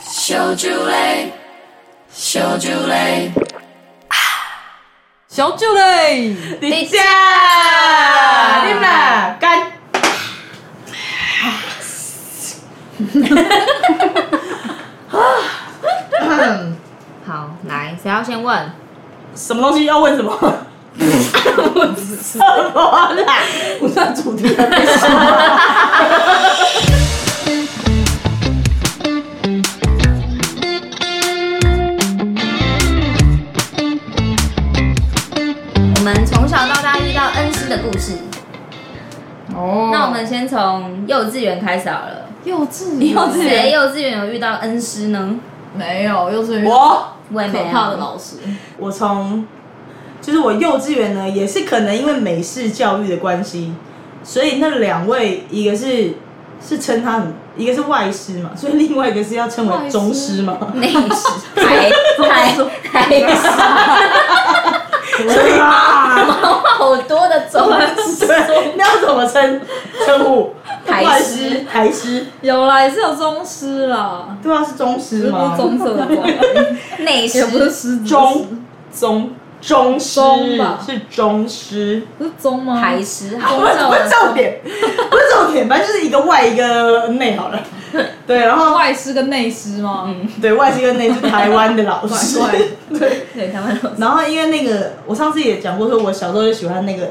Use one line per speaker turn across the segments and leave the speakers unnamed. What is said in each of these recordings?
小酒类，小酒类，
小酒嘞，
你家，
你们俩干！
好，来，谁要先问？
什么东西要问什么？
嗯
什么啦？不算主题了，没事
我们从小到大遇到恩师的故事。哦，那我们先从幼稚园开始好了。
幼稚
幼稚园
谁幼稚园有遇到恩师呢？
没有幼稚园
我
我也没啊有
可怕的老 师，
我从就是我幼稚园呢，也是可能因为美式教育的关系，所以那两位一个是是称他很，一个是外师嘛，所以另外一个是要称为中师嘛。
嗯
内师， 台台台师，
对吧？
好多的中
对，那要怎么称称呼？
台师
外师、台师，
有啦，也是有宗师啦，
对啊，是中师
只是不
吗
是？棕色的光，
内
也
师，
不是狮子，
中中中师
中吧
是中师，
不是棕吗？
台师，好
不是不是重点，不是重点，反正就是一个外一个内好了。对，然后
外师跟内师吗？嗯，
对外是一个内是台湾的老师，
怪
对。
对台湾老师，
然后因为那个我上次也讲过，说我小时候就喜欢那个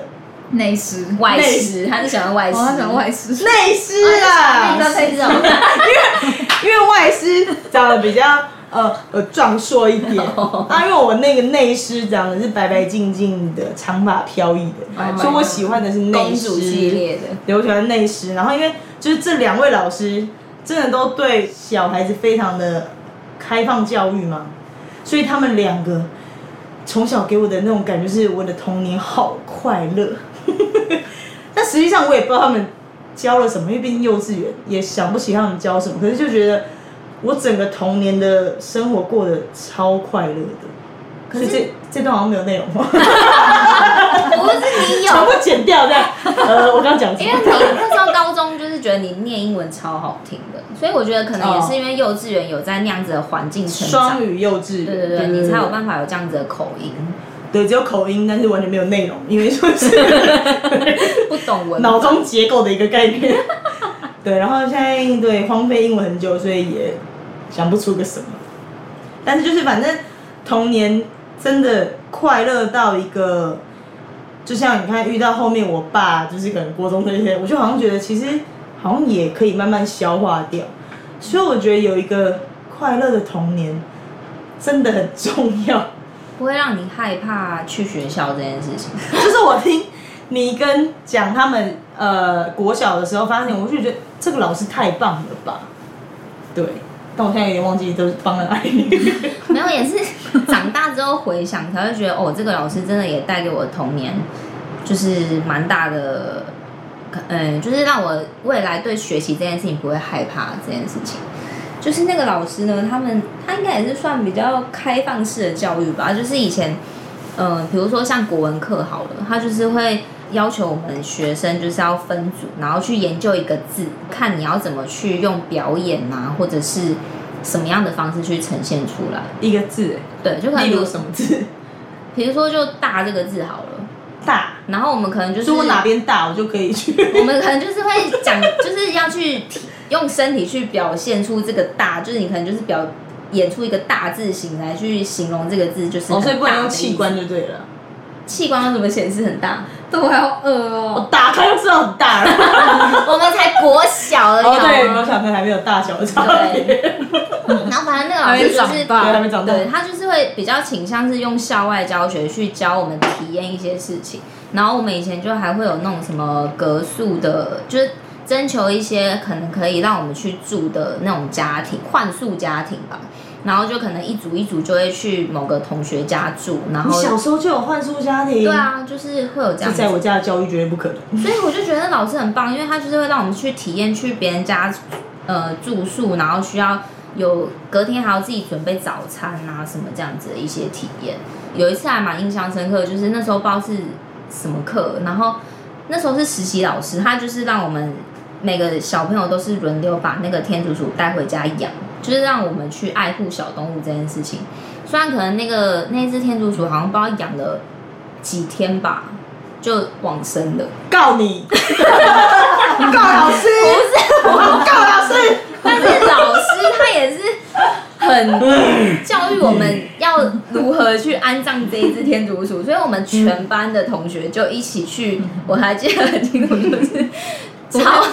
内师，
外师，哦他是喜欢外师，
我他讲外师，
内师啊，
那才知道，
因为外师长得比较 呃呃壮硕一点，啊，因为我那个内师长得是白白净净的，长发飘逸的，所以我喜欢的是内
公
师
主系列的，
对，我喜欢内师。然后因为就是这两位老师真的都对小孩子非常的开放教育嘛，所以他们两个从小给我的那种感觉是我的童年好快乐。 但实际上我也不知道他们教了什么，因为毕竟幼稚园也想不起他们教什么，可是就觉得我整个童年的生活过得超快乐的。可是这这段好像没有内容吗？
不是你有
全部剪掉这样。呃，我刚讲 什
因
么
为你那时候高中就是觉得你念英文超好听的，所以我觉得可能也是因为幼稚园有在那样子的环境成长
双，语幼稚，
对对对，你才有办法有这样子的口音，
对，只有口音，但是完全没有内容，因为就是
不懂文
脑中结构的一个概念。对，然后现在对荒废英文很久，所以也想不出个什么。但是就是反正童年真的快乐到一个，就像你看遇到后面我爸，就是可能国中这些，我就好像觉得其实好像也可以慢慢消化掉。所以我觉得有一个快乐的童年真的很重要。
不会让你害怕去学校这件事情。
就是我听你跟讲他们呃国小的时候发现，我就觉得这个老师太棒了吧？对，但我现在有点忘记都是帮了哪里。
没有，也是长大之后回想才会觉得，哦，这个老师真的也带给我的童年，就是蛮大的，嗯，就是让我未来对学习这件事情不会害怕这件事情。就是那个老师呢，他们他应该也是算比较开放式的教育吧，就是以前，嗯、比如说像国文课好了，他就是会要求我们学生就是要分组，然后去研究一个字，看你要怎么去用表演啊，或者是什么样的方式去呈现出来。
一个字，
对，就可能
例
比
如
如
什么字？
比如说就“大”这个字好了，
大，
然后我们可能就是
如果哪边大，我就可以 去。
我们可能就是会讲，就是要去体用身体去表现出这个“大”，就是你可能就是表演出一个大字形来去形容这个字，就是
哦，所以不
很大
能用
的意
器
思
官，就对了。
器官要怎么显示很 大？
对，我好饿哦。
哦，打开就知道很大 了。
我们才国小而已
哦，对，
好
我
吗，
小朋还没有大小的差别。
然后反正那个老师就
还没
是
长大
对，还没长大。
对他就是会比较倾向是用校外教学去教我们体验一些事情，然后我们以前就还会有那种什么格数的，就是征求一些可能可以让我们去住的那种家庭，换宿家庭吧，然后就可能一组一组就会去某个同学家住，然
你小
后
时候就有幻术家庭？
对，啊，就是会有这
这
样子
在我家的教育绝对不可能。
所以我就觉得老师很棒，因为他就是会让我们去体验去别人家呃住宿，然后需要有隔天还要自己准备早餐啊什么这样子的一些体验。有一次还蛮印象深刻，就是那时候不知道是什么课，然后那时候是实习老师，他就是让我们每个小朋友都是轮流把那个天竺鼠带回家养，就是让我们去爱护小动物这件事情。虽然可能那个那只天竺鼠好像不知道养了几天吧，就往生了。
告你， 告老师， 不是，告老师，
但是老师他也是很教育我们要如何去安葬这一只天竺鼠，所以我们全班的同学就一起去，我还记得很清楚，就是操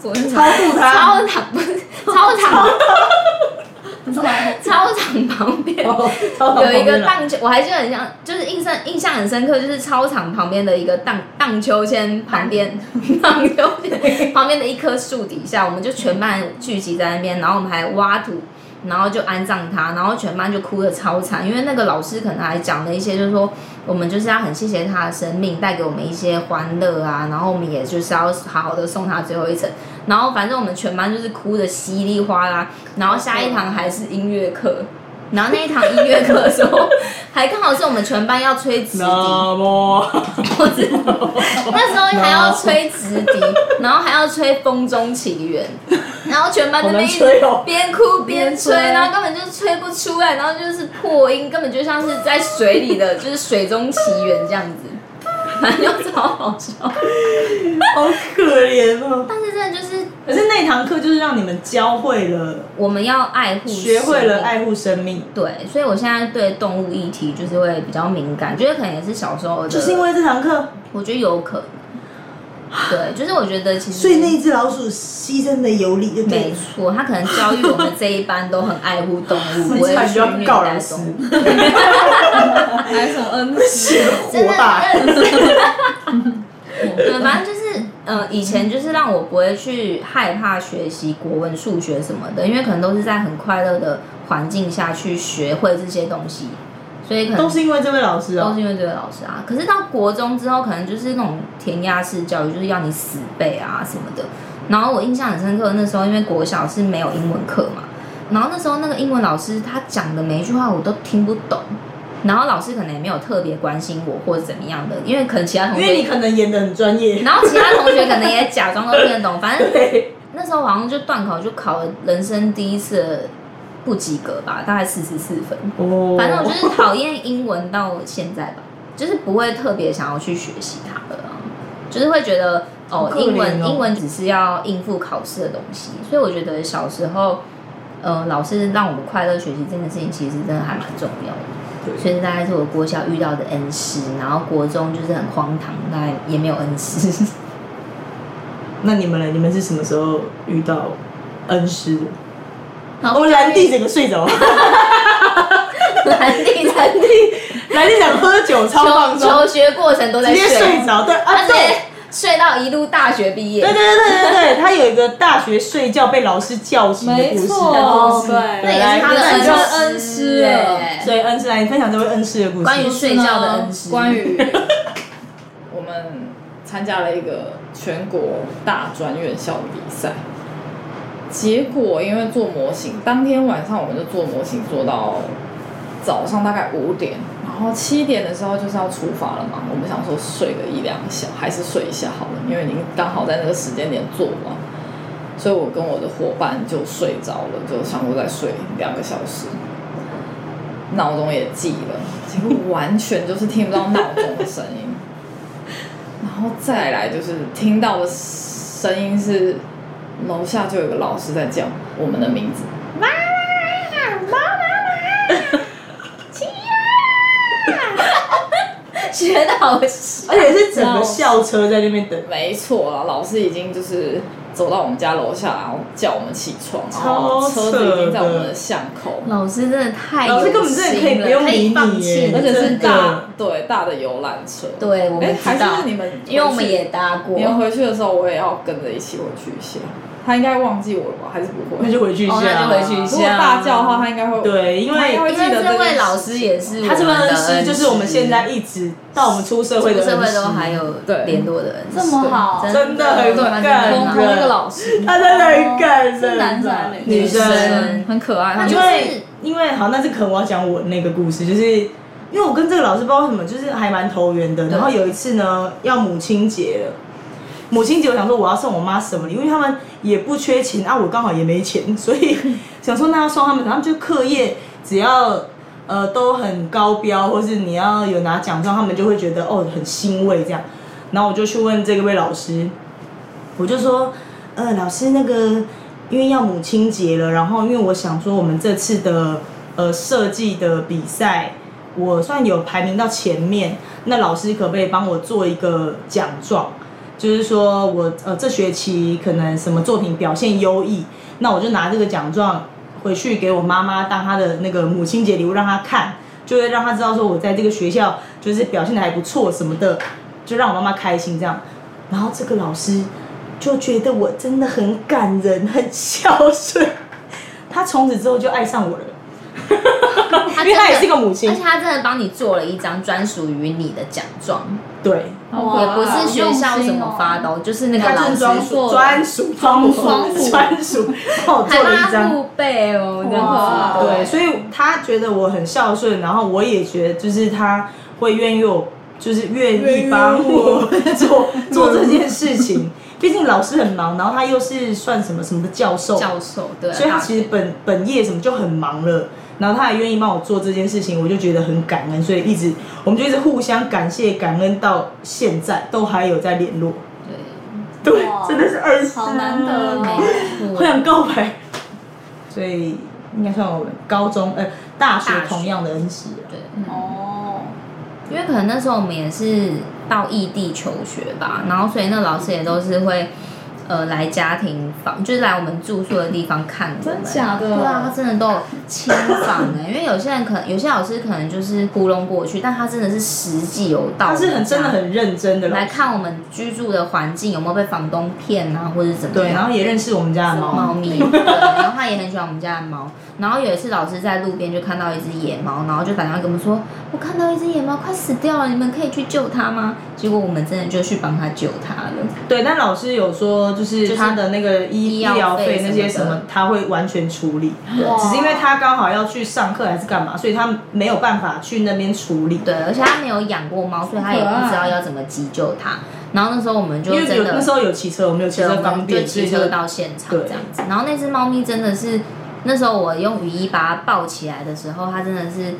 昨天
超度他，
操场不是操场 操场旁边。
哦
有一个荡秋，我还记得很像，就是印象印象很深刻，就是操场旁边的一个荡荡秋千旁边，荡秋千旁边的一棵树底下，我们就全班聚集在那边，然后我们还挖土，然后就安葬他，然后全班就哭的超惨，因为那个老师可能还讲了一些，就是说我们就是要很谢谢他的生命带给我们一些欢乐啊，然后我们也就是要好好的送他最后一程，然后反正我们全班就是哭的稀里哗啦，然后下一堂还是音乐课。然后那一堂音乐课的时候，还刚好是我们全班要吹直笛，
那么
我知道， 那时候还要吹直笛， 然后还要吹《风中奇缘》，然后全班那边一
好难
直
吹哦
边哭边吹，
边吹
然后根本就吹不出来，然后就是破音，根本就像是在水里 的，就是水中奇缘这样子，反正就超好笑。
好可怜哦。
但是真的就是
可是那堂课就是让你们教会了，
我们要爱护，
学会了。爱护生命，
对，所以我现在对动物议题就是会比较敏感，觉得可能也是小时候的，
就是因为这堂课，
我觉得有可能，对，就是我觉得其实
所以那一只老鼠牺牲的有理，对不
没
对？
错，他可能教育我们这一班都很爱护动物， 不会
差点
去
就要
虐
告老
待
师
动，物。嗯
还有什么恩师？
火大，
对，反正就是，呃，以前就是让我不会去害怕学习国文、数学什么的，因为可能都是在很快乐的环境下去学会这些东西，所以可能
都是因为这位老师
都
哦
是。因为这个老师啊。可是到国中之后，可能就是那种填鸭式教育，就是要你死背啊什么的。然后我印象很深刻，那时候因为国小是没有英文课嘛，然后那时候那个英文老师他讲的每一句话我都听不懂，然后老师可能也没有特别关心我或者怎么样的，因为可能其他同
因为
学
你，可能演 的很专业，
然后其他同学可能也假装都听得懂，反正
对，
那时候好像就断考，就考了人生第一次的不及格吧，大概四十四分。
哦
反正我就是讨厌英文到现在吧，就是不会特别想要去学习它了啊，就是会觉得
好
哦，
可怜哦
英文英文只是要应付考试的东西，所以我觉得小时候，呃，老师让我们快乐学习这件事情，其实真的还蛮重要的。所以大概是我国小遇到的恩师，然后国中就是很荒唐，大概也没有恩师。
那你们呢？你们是什么时候遇到恩师的？
然后
哦，兰弟整个睡着，
兰弟兰弟，
兰弟想喝酒超
求
放松，
求学过程都在
直接
睡
睡，着。对
他
啊，
直接
对，
睡到一路大学毕业
对对。对对对对，他有一个大学睡觉被老师叫醒的
没
故事。
错，
那
对，
也是他的
来
恩
那
师，
就
恩师了
对
所以恩师来，你分享这位恩师的故事。
关于睡觉的恩师，
关于 我们参加了一个全国大专院校的比赛，结果因为做模型，当天晚上我们就做模型做到早上大概五点，然后七点的时候就是要出发了嘛。我们想说睡个一两小，还是睡一下好了，因为已经刚好在那个时间点做完。所以我跟我的伙伴就睡着了，就想说再睡两个小时，闹钟也记了，结果完全就是听不到闹钟的声 音，然后再来就是听到的声音是楼下就有个老师在叫我们的名字，
学到是
而且是整个校车在那边等，
没错啦，老师已经就是走到我们家楼下，然后叫我们起床，然后车子已经在我们的巷口，
老师真的太有
老师根本真的可以不
心了
用
可
理
以放
你耶
弃，，
而且是
真
大
的
对大的游览车，
对我们
哎
知
还
道
是你们回去，
因为我们也搭过
你。们回去的时候，我也要跟着一起回去一下。他应该忘记我了吧？还是不会？
那就回去一下，
哦那就回去一下
如果大叫的话，他应该会
对，因
他应
为
因
该会记
为
得
这
件
位
事
老师也是
他这位
我们
恩
的
师就是我们现在一直到我们出社会的
出社
恩
会
师
都，还有
对
联络的恩师，
这么好，
真的很
对
感
真
同
的
人
很
同
好
一个老师，
他真的很感人啊。
是男生还是
女生。
很可爱。他
那
们
因
就
为
是
因为好，那是可能我要讲我那个故事，就是因为我跟这个老师不知道为什么，就是还蛮投缘的。然后有一次呢，要母亲节了，母亲节我想说我要送我妈什么礼物，因为他们也不缺钱啊，我刚好也没钱，所 以想说那要送他们，他们就课业只要呃都很高标，或是你要有拿奖状，他们就会觉得哦很欣慰这样。然后我就去问这位老师，我就说，呃，老师那个因为要母亲节了，然后因为我想说我们这次的呃设计的比赛，我算有排名到前面，那老师可不可以帮我做一个奖状？就是说我呃这学期可能什么作品表现优异，那我就拿这个奖状回去给我妈妈当她的那个母亲节礼物，让她看，就会让她知道说我在这个学校就是表现的还不错什么的，就让我妈妈开心这样。然后这个老师就觉得我真的很感人，很孝顺， 他从此之后就爱上我了，因为他也是一个母
而
亲
且，他真的帮你做了一张专属于你的奖状，
对，
哇
也不是学校怎么发的哦，就是那个
他
老
正
师
专
做
属
的
专属装
装
潢
潢
专属，帮我
还
做了
帮
一
他
张。
父辈哦，这
哇
样子，
对，所以他觉得我很孝顺，然后我也觉得就是他会愿意我，就是愿意帮我 做做这件事情。毕竟老师很忙，然后他又是算什么什么的教授，
教授对，啊
所以他其实本本业什么就很忙了。然后他还愿意帮我做这件事情，我就觉得很感恩，所以一直我们就一直互相感谢感恩到现在，都还有在联络。对，
哇
真的是二十四，
好难得哦。
对
会很告白，所以应该算我们高中呃大学
大学
同样的恩师啊。
对，
哦，
因为可能那时候我们也是到异地求学吧，然后所以那老师也都是会呃来家庭访，就是来我们住宿的地方看我们。
真假的
对啊，他真的都有亲访哎、因为有些人可能有些老师可能就是糊弄过去，但他真的是实际有到我
他
们家，
是很真的很认真的
来
来，
看我们居住的环境有没有被房东骗啊，或者怎么
对，然
样。
后也认识我们家的
猫
猫，
咪，对然后他也很喜欢我们家的猫。然后有一次，老师在路边就看到一只野猫，然后就打电话跟我们说：“我看到一只野猫快死掉了，你们可以去救它吗？”结果我们真的就去帮它救它了。
对。但老师有说，就是
是
他的那个医
医
医
药
疗
费
费
什
那
么
些
的
什么，他会完全处理。
嗯
哇
只是因为他刚好要去上课还是干嘛，所以他没有办法去那边处理。
对，而且他没有养过猫，所以他也不知道要怎么急救它。然后那时候我们就
因为
真
有
的
那时候有骑车，我们有骑
对我
车
们
方便，
就
所以
骑
就
车到现场
对
这样子。然后那只猫咪真的是，那时候我用雨衣把它抱起来的时候，它真的是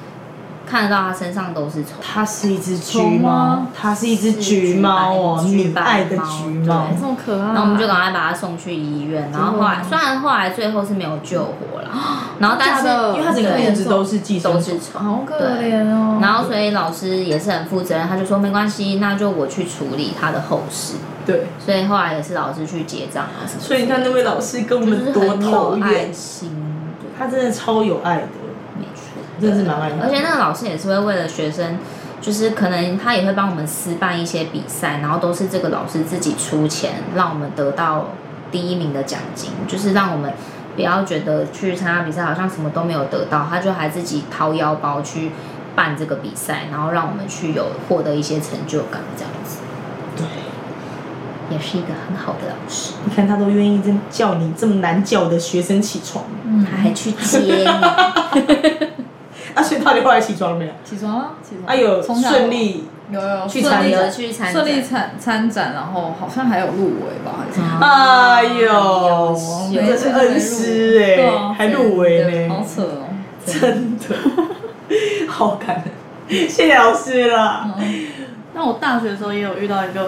看得到它身上都是虫。
它是一只橘
虫
猫
吗，
它是一只橘猫哦，
橘
米
白
爱的
猫
橘
对
猫。
这么可爱。
然后我们就赶快把它送去医院，然后后来虽然后来最后是没有救活了，然后但是
真的假的
因为它整个
对
链子都是寄生
都
虫
是
好
虫，
可怜哦。
然后所以老师也是很负责任，他就说没关系，那就我去处理他的后事，
对，
所以后来也是老师去结账啊什么的，
所以你看那位老师跟我
就
们
是
多
很
投
有
缘
爱，心，对，
他真的超有爱的，
没错。
真的是蛮爱
而
的。
且那个老师也是会为了学生，就是可能他也会帮我们私办一些比赛，然后都是这个老师自己出钱，让我们得到第一名的奖金，就是让我们不要觉得去参加比赛好像什么都没有得到，他就还自己掏腰包去办这个比赛，然后让我们去有获得一些成就感，这样子
对，
也是一个很好的老师，
你看他都愿意这么叫你这么难叫的学生起床，
他
哎
还去接你，
啊，所以到底后来起床了没有？
起床啊，起床。
啊，有
从小
顺利
有 有
去
顺
参
利
加
有去参
顺利
加。
参参展，然后好像还有入围吧，还是
嗯
什么
哎呦
有，
真的是恩师
对
哎，
啊
还入围
好
呢，
扯哦。
真的，好感人，谢谢老师啦。
嗯 那我大学的时候也有遇到一个，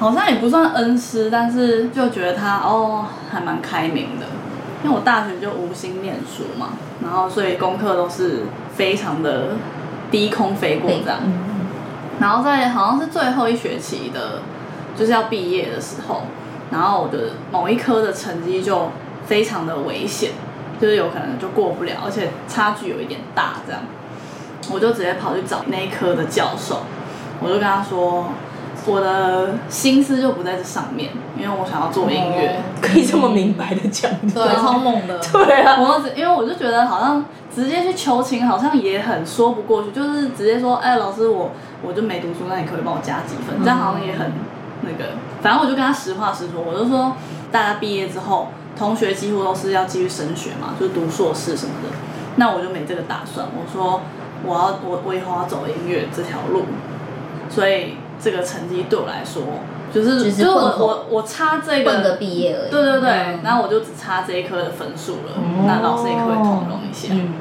好像也不算恩师，但是就觉得他哦还蛮开明的。因为我大学就无心念书嘛，然后所以功课都是非常的低空飞过这样。然后在好像是最后一学期的，就是要毕业的时候，然后我的某一科的成绩就非常的危险，就是有可能就过不了，而且差距有一点大这样。我就直接跑去找那一科的教授，我就跟他说，我的心思就不在这上面，因为我想要做
啊
音乐。
可以这么明白的讲，
对，超猛的。
哦对啊，
我只因为我就觉得好像直接去求情，好像也很说不过去，就是直接说，哎、老师我我就没读书，那你可不可以帮我加几分？这样好像也
嗯
很那个。反正我就跟他实话实说，我就说大家毕业之后，同学几乎都是要继续升学嘛，就是读硕士什么的。那我就没这个打算，我说我要我我以后要走音乐这条路，所以这个成绩对我来说就是
就是
我
混口
我我差这
混个
个，
毕业而已。
对对对，
嗯哦
然后我就只差这一科的分数了，那老师也可以通融一下。
嗯，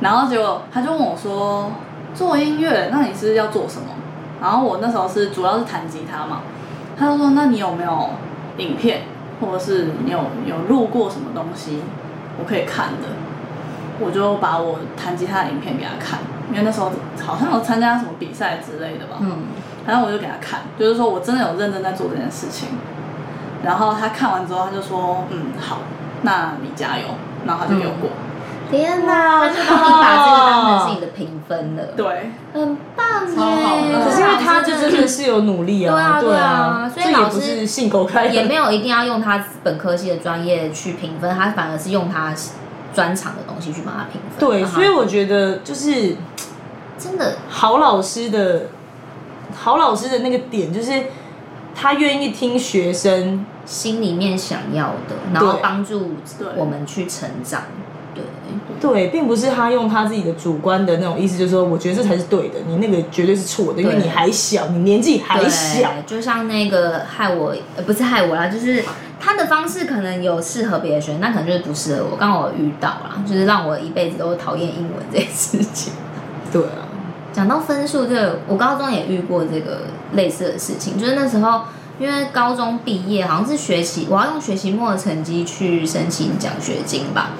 然后结果他就问我说：“做音乐，那你是要做什么？”然后我那时候是主要是弹吉他嘛，他就说：“那你有没有影片，或者是你有有录过什么东西，我可以看的？”我就把我弹吉他的影片给他看，因为那时候好像有参加什么比赛之类的吧，
嗯，
然后我就给他看，就是说我真的有认真在做这件事情。然后他看完之后，他就说：“嗯，好，那你加油。”然后他就给我过。
天哪，就把你把这个当成是你的评分了，嗯
对，
很棒耶！
超好的
可是因为他这真的是有努力啊，
对
对
啊对啊所以
这也
老
不
师
是信口开河，
也没有一定要用他本科系的专业去评分，他反而是用他专长的东西去帮他评分。
对，
啊哈
所以我觉得就是
真的
好老师的好老师的那个点就是他愿意听学生，
心里面想要的，然后
对
帮助
对
我们去成长。对，
对，并不是他用他自己的主观的那种意思，就是说我觉得这才是对的，你那个绝对是错的，因为
对
你还小，你年纪还
对
小，
就像那个害我，呃，不是害我啦，就是他的方式可能有适合别的学生，那可能就是不适合我。刚好我遇到啦，就是让我一辈子都讨厌英文这件事情。
对啊，
讲到分数，这个我高中也遇过这个类似的事情，就是那时候因为高中毕业，好像是学期，我要用学期末的成绩去申请奖学金吧。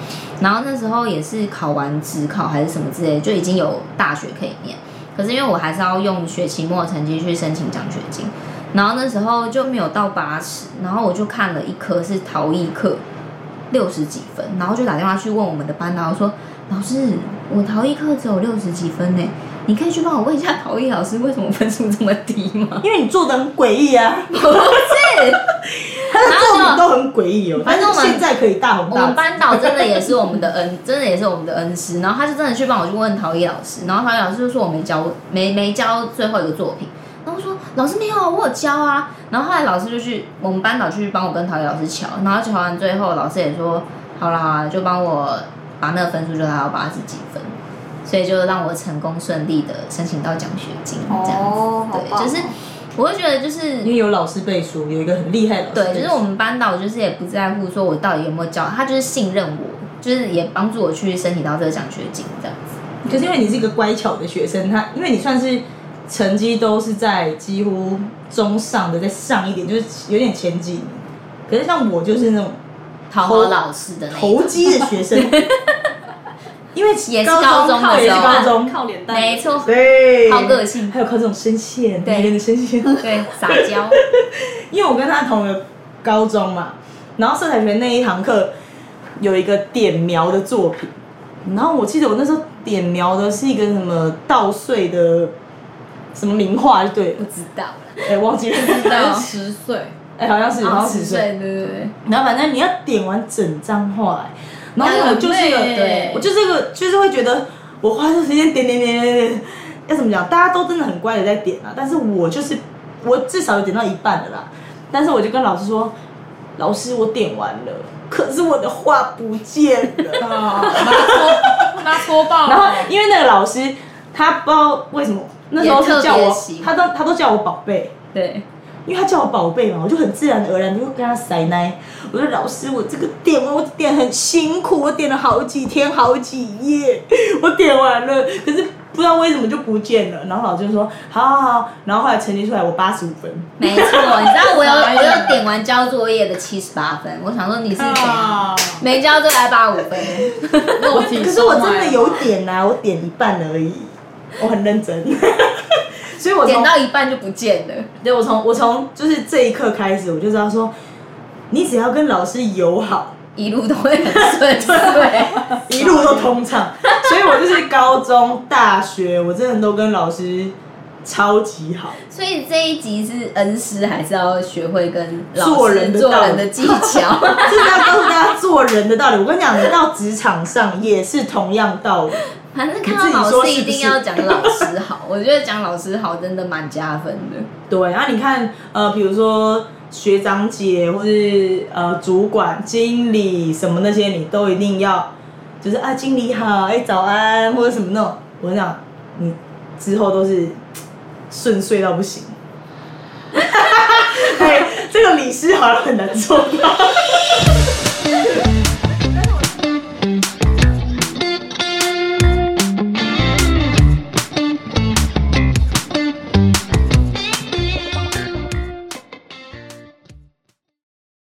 然后那时候也是考完职考还是什么之类的，就已经有大学可以念。可是因为我还是要用学期末的成绩去申请奖学金，然后那时候就没有到八十，然后我就看了一科是陶艺课，六十几分，然后就打电话去问我们的班导说：“老师，我陶艺课只有六十几分呢，你可以去帮我问一下陶艺老师为什么分数这么低吗
因为你做的很诡异啊，？”
不是，
他的作品都很诡异哦，
反
但
正我
是
们
现在可以大红
我
大
们
紫，
班导真的也是我们的恩，真的也是我们的恩师。然后他就真的去帮我去问陶艺老师，然后陶艺老师就说我没教，没没教最后一个作品。然后我说老师没有啊，我有教啊。然后后来老师就去我们班导去帮我跟陶艺老师瞧，然后瞧完最后老师也说好啦好啦，就帮我把那个分数就拉到八十几分，所以就让我成功顺利的申请到奖学金这样子。
哦好
对，
棒
就是我会觉得就是
因为有老师背书，有一个很厉害的老师背
对，
书，
就是我们班导就是也不在乎说我到底有没有教，他就是信任我，就是也帮助我去申请到这个奖学金这样子。
可是因为你是一个乖巧的学生，他因为你算是成绩都是在几乎中上的，再上一点，就是有点前几名。可是像我就是那种
讨好
投
老师的那一
投
种，
机的 学生，因为
也是高中
靠
的
也
时
是
候啊
高中，
靠脸蛋，
没错，
对，
好个性
还有靠这种声线，
对
迷人的声线。
对，撒娇，
因为我跟他同个高中嘛，然后色彩学那一堂课有一个点描的作品，然后我记得我那时候点描的是一个什么稻穗的什么名画，就对了
不，知道啦，
哎、忘记了，
但是十岁，
哎、好像是，好像是
十
岁，
岁，对对对，
然后反正你要点完整张画、哎然后
那
我
很
就是
累
个，
耶
对我就是个，就是会觉得我花这时间点点点点点，要怎么讲？大家都真的很乖的在点啊，但是我就是我至少有点到一半的啦，但是我就跟老师说，老师我点完了，可是我的画不见了。
哦
啊，拿搓拿搓爆
然后
了，
因为那个老师他不知道为什么那时候
也特别
是叫我
喜，
他都他都叫我宝贝。
对，
因为他叫我宝贝嘛，我就很自然而然就跟他塞奶。我说老师，我这个点我点很辛苦，我点了好几天好几夜，我点完了，可是不知道为什么就不见了。然后老师就说好好好，然后后来成绩出来我八十五分，
没错，你知道我有我有点完交作业的七十八分，我想说你是怎样，没交就来八五 分，
落体
可是我真的有点呐、我点一半而已，我很认真。所以我
点
从
到一半就不见了，
对我从我从就是这一刻开始，我就知道说，你只要跟老师友好，
一路都会很顺遂。
一路都通畅， 所以我就是高中、大学，我真的都跟老师超级好。
所以这一集是恩师，还是要学会跟老师
做人的
做
道理
人的技巧。
这是要告诉大家做人的道理。我跟你讲，你到职场上也是同样道理。
反正看到老师一定要讲老师好，我觉得讲老师好真的蛮加分的。
对，然后你看，呃，比如说学长姐或是呃主管、经理什么那些，你都一定要就是啊，经理好，哎、早安或者什么那种。我跟你讲，你呃 之后都是顺遂到不行。哎、这个李师好像很难做到。